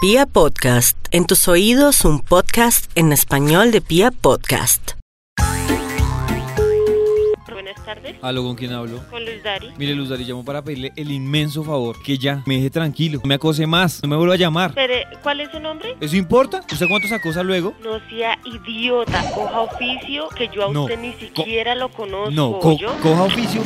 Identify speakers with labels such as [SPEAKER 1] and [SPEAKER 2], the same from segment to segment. [SPEAKER 1] Pia Podcast, en tus oídos un podcast en español de Pia Podcast.
[SPEAKER 2] Buenas tardes,
[SPEAKER 3] Aló, ¿con quién hablo?
[SPEAKER 2] con Luis Dari.
[SPEAKER 3] Mire, Luz Dari, llamo para pedirle el inmenso favor que ya me deje tranquilo, no me acose más, no me vuelva a llamar.
[SPEAKER 2] Pero, ¿Cuál es su nombre?
[SPEAKER 3] ¿Eso importa? ¿Usted cuántos acosa luego?
[SPEAKER 2] No sea idiota, coja oficio que yo a
[SPEAKER 3] No.
[SPEAKER 2] usted ni
[SPEAKER 3] Co-
[SPEAKER 2] siquiera lo conozco.
[SPEAKER 3] No, co-
[SPEAKER 2] ¿oyó?
[SPEAKER 3] coja oficio.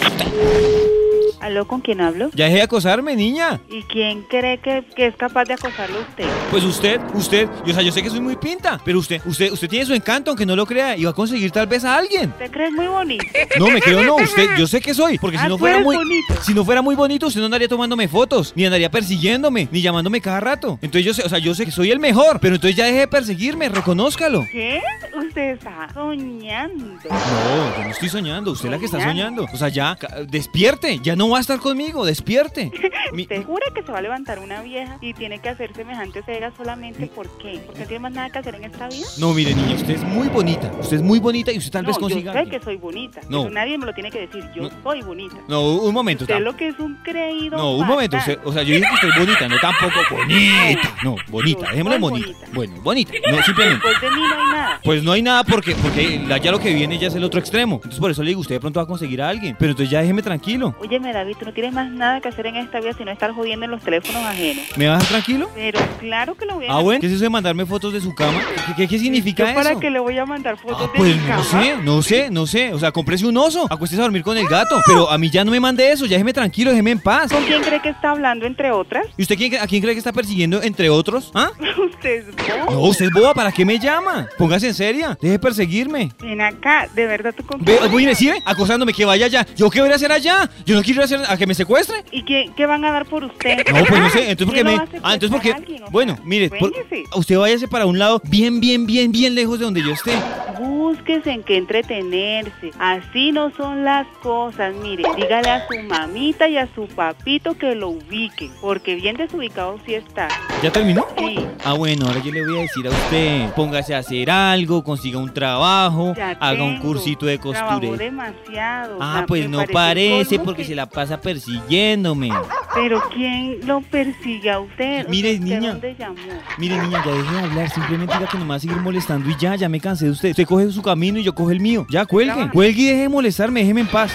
[SPEAKER 4] ¿Aló, con quién hablo?
[SPEAKER 3] Ya deje de acosarme, niña.
[SPEAKER 4] ¿Y quién cree que, que es capaz de acosarlo a usted?
[SPEAKER 3] Pues usted, usted, yo, o sea, yo sé que soy muy pinta, pero usted, usted, usted tiene su encanto, aunque no lo crea, y va a conseguir tal vez a alguien.
[SPEAKER 4] ¿Usted cree muy bonito?
[SPEAKER 3] No, me creo no, usted, yo sé que soy, porque si
[SPEAKER 4] Ah,
[SPEAKER 3] no
[SPEAKER 4] tú
[SPEAKER 3] fuera
[SPEAKER 4] eres
[SPEAKER 3] muy
[SPEAKER 4] bonito.
[SPEAKER 3] si no fuera muy bonito, usted no andaría tomándome fotos, ni andaría persiguiéndome, ni llamándome cada rato. Entonces yo sé, o sea, yo sé que soy el mejor, pero entonces ya deje de perseguirme, reconózcalo.
[SPEAKER 4] ¿Qué? Usted está soñando.
[SPEAKER 3] No, yo no estoy soñando, usted es la que está soñando. O sea, ya, ca- despierte, ya no va a estar conmigo, despierte. Mi-
[SPEAKER 4] ¿Usted jura que se va a levantar una vieja y tiene que hacer semejante cega solamente por qué? ¿Porque no tiene más nada que hacer en esta vida?
[SPEAKER 3] No, mire, niña, usted es muy bonita, usted es muy bonita y usted tal
[SPEAKER 4] no,
[SPEAKER 3] vez consiga.
[SPEAKER 4] yo sé
[SPEAKER 3] alguien.
[SPEAKER 4] que soy bonita.
[SPEAKER 3] No.
[SPEAKER 4] Eso nadie me lo tiene que decir. Yo
[SPEAKER 3] No.
[SPEAKER 4] soy bonita.
[SPEAKER 3] No, un momento,
[SPEAKER 4] Usted
[SPEAKER 3] tam-
[SPEAKER 4] lo que es un creído.
[SPEAKER 3] No, un momento,
[SPEAKER 4] fatal.
[SPEAKER 3] usted- o sea, yo dije que usted es bonita, no tampoco bonita. No, bonita,
[SPEAKER 4] No,
[SPEAKER 3] dejémosle
[SPEAKER 4] soy
[SPEAKER 3] bonita.
[SPEAKER 4] bonita.
[SPEAKER 3] Bueno, bonita, no, simplemente.
[SPEAKER 4] Después de mí no hay nada.
[SPEAKER 3] Pues no hay nada porque, porque la- ya lo que viene ya es el otro extremo. Entonces por eso le digo, usted de pronto va a conseguir a alguien. Pero entonces ya déjeme tranquilo.
[SPEAKER 4] Óyeme, David, tú no tienes más nada que hacer en esta vida sino estar jodiendo en los teléfonos ajenos.
[SPEAKER 3] ¿Me vas a dejar tranquilo?
[SPEAKER 4] Pero claro que lo voy a
[SPEAKER 3] Ah, bueno. ¿Qué es eso de mandarme fotos de su cama? ¿Qué, qué- qué significa
[SPEAKER 4] ¿Yo para
[SPEAKER 3] eso?
[SPEAKER 4] que le voy a mandar fotos
[SPEAKER 3] Ah,
[SPEAKER 4] de
[SPEAKER 3] pues
[SPEAKER 4] mi
[SPEAKER 3] no
[SPEAKER 4] cama?
[SPEAKER 3] sé, no sé, no sé. O sea, comprése un oso, acuéstese a dormir con el gato. Pero a mí ya no me mande eso, ya déjeme tranquilo, déjeme en paz.
[SPEAKER 4] ¿Con quién cree que está hablando, entre otras?
[SPEAKER 3] ¿Y usted quién cre- a quién cree que está persiguiendo, entre otros? ¿Ah?
[SPEAKER 4] Usted es bobo.
[SPEAKER 3] No, usted es boba, ¿para qué me llama? Póngase en seria, deje de perseguirme.
[SPEAKER 4] Ven acá, de verdad tú con
[SPEAKER 3] Ve,
[SPEAKER 4] quién?
[SPEAKER 3] voy a decirme, acosándome que vaya allá. ¿Yo qué voy a ir a hacer allá? Yo no quiero ir a hacer a que me secuestre.
[SPEAKER 4] ¿Y qué, qué van a dar por usted?
[SPEAKER 3] No, pues no sé, entonces porque
[SPEAKER 4] ¿Quién
[SPEAKER 3] me...
[SPEAKER 4] lo va a secuestrar
[SPEAKER 3] Ah, entonces porque...
[SPEAKER 4] a alguien? O sea,
[SPEAKER 3] Bueno, mire, por-
[SPEAKER 4] cuélguese.
[SPEAKER 3] usted váyase para un lado bien, bien, bien, bien lejos de donde yo esté.
[SPEAKER 4] Búsquese en qué entretenerse. Así no son las cosas. Mire, dígale a su mamita y a su papito que lo ubiquen. Porque bien desubicado sí está.
[SPEAKER 3] ¿Ya terminó?
[SPEAKER 4] Sí.
[SPEAKER 3] Ah, bueno, ahora yo le voy a decir a usted, póngase a hacer algo, consiga un trabajo,
[SPEAKER 4] Ya
[SPEAKER 3] haga un
[SPEAKER 4] tengo.
[SPEAKER 3] cursito de
[SPEAKER 4] Trabajó
[SPEAKER 3] costura.
[SPEAKER 4] demasiado.
[SPEAKER 3] Ah,
[SPEAKER 4] Me
[SPEAKER 3] pues no
[SPEAKER 4] el
[SPEAKER 3] parece
[SPEAKER 4] colmo
[SPEAKER 3] porque
[SPEAKER 4] que-
[SPEAKER 3] se la pasa persiguiéndome.
[SPEAKER 4] Pero ¿quién lo persigue a usted?
[SPEAKER 3] Mire,
[SPEAKER 4] ¿Usted
[SPEAKER 3] niña.
[SPEAKER 4] dónde llamó?
[SPEAKER 3] Mire, niña, ya deje de hablar, simplemente diga que no me va a seguir molestando y ya, ya me cansé de usted. Usted coge su camino y yo coge el mío. Ya, cuelgue,
[SPEAKER 4] Trabaja.
[SPEAKER 3] cuelgue y deje de molestarme, déjeme en paz.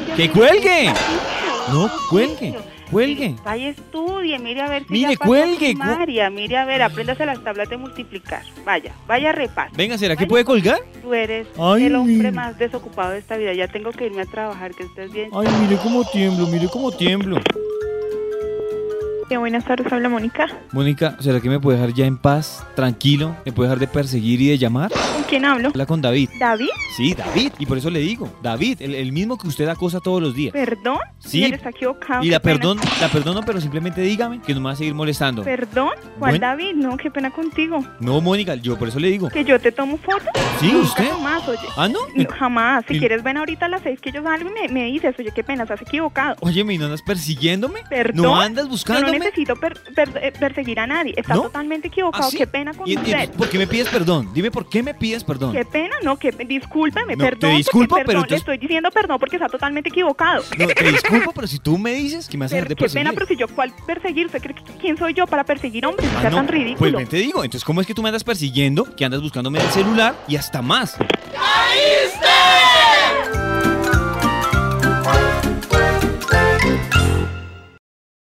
[SPEAKER 4] Entonces,
[SPEAKER 3] ¡Que
[SPEAKER 4] ya
[SPEAKER 3] cuelgue!
[SPEAKER 4] me-
[SPEAKER 3] No, cuelgue, cuelgue.
[SPEAKER 4] Mire, Vaya, estudie, mire a ver si
[SPEAKER 3] Mire,
[SPEAKER 4] ya pasó
[SPEAKER 3] cuelgue, cu-
[SPEAKER 4] primaria, mire a ver, apréndase las tablas de multiplicar. Vaya, vaya repas.
[SPEAKER 3] Venga, ¿será que puede colgar?
[SPEAKER 4] Tú eres
[SPEAKER 3] Ay,
[SPEAKER 4] el hombre
[SPEAKER 3] mire.
[SPEAKER 4] más desocupado de esta vida. Ya tengo que irme a trabajar, que estés bien.
[SPEAKER 3] Ay, mire cómo tiemblo, mire cómo tiemblo.
[SPEAKER 5] Sí, buenas tardes, habla Mónica.
[SPEAKER 3] Mónica, ¿será que me puede dejar ya en paz, tranquilo? ¿Me puede dejar de perseguir y de llamar?
[SPEAKER 5] ¿Con quién hablo?
[SPEAKER 3] Habla con David.
[SPEAKER 5] ¿David?
[SPEAKER 3] Sí, David. Y por eso le digo, David, el, el mismo que usted acosa todos los días.
[SPEAKER 5] ¿Perdón?
[SPEAKER 3] Sí.
[SPEAKER 5] Señor, está equivocado.
[SPEAKER 3] Y
[SPEAKER 5] qué
[SPEAKER 3] la
[SPEAKER 5] pena.
[SPEAKER 3] perdón, la perdono, pero simplemente dígame que no me va a seguir molestando.
[SPEAKER 5] ¿Perdón? ¿Cuál
[SPEAKER 3] Bueno.
[SPEAKER 5] David? No, qué pena contigo.
[SPEAKER 3] No, Mónica, yo por eso le digo.
[SPEAKER 5] ¿Que yo te tomo fotos?
[SPEAKER 3] ¿Sí,
[SPEAKER 5] Nunca
[SPEAKER 3] usted?
[SPEAKER 5] Jamás, oye.
[SPEAKER 3] Ah, no.
[SPEAKER 5] No, jamás. Si
[SPEAKER 3] y-
[SPEAKER 5] quieres, ven ahorita a las seis que yo salgo y me, me dices, oye, qué pena, estás equivocado.
[SPEAKER 3] Oye, ¿y no andas persiguiéndome?
[SPEAKER 5] ¿Perdón?
[SPEAKER 3] ¿No andas
[SPEAKER 5] Yo no
[SPEAKER 3] buscándome?
[SPEAKER 5] necesito per- per- eh, perseguir a nadie. Estás
[SPEAKER 3] ¿No?
[SPEAKER 5] totalmente equivocado.
[SPEAKER 3] ¿Ah, sí?
[SPEAKER 5] Qué pena con
[SPEAKER 3] ¿Y- y
[SPEAKER 5] usted.
[SPEAKER 3] ¿Por qué me pides perdón? Dime por qué me pides perdón.
[SPEAKER 5] Qué pena, no, que discúlpeme,
[SPEAKER 3] No, te
[SPEAKER 5] perdón. porque
[SPEAKER 3] disculpo, pero
[SPEAKER 5] perdón, le
[SPEAKER 3] entonces-
[SPEAKER 5] estoy diciendo perdón porque está totalmente equivocado.
[SPEAKER 3] No, te disculpo, pero si tú me dices que me vas a
[SPEAKER 5] Pero
[SPEAKER 3] dejar de
[SPEAKER 5] qué pena,
[SPEAKER 3] perseguir.
[SPEAKER 5] pero si yo, ¿cuál perseguir? ¿Usted cree que quién soy yo para perseguir hombres?
[SPEAKER 3] Ah,
[SPEAKER 5] Está
[SPEAKER 3] no,
[SPEAKER 5] tan
[SPEAKER 3] Pues
[SPEAKER 5] ridículo.
[SPEAKER 3] ven, te digo, entonces, ¿cómo es que tú me andas persiguiendo, que andas buscándome en el celular y hasta más?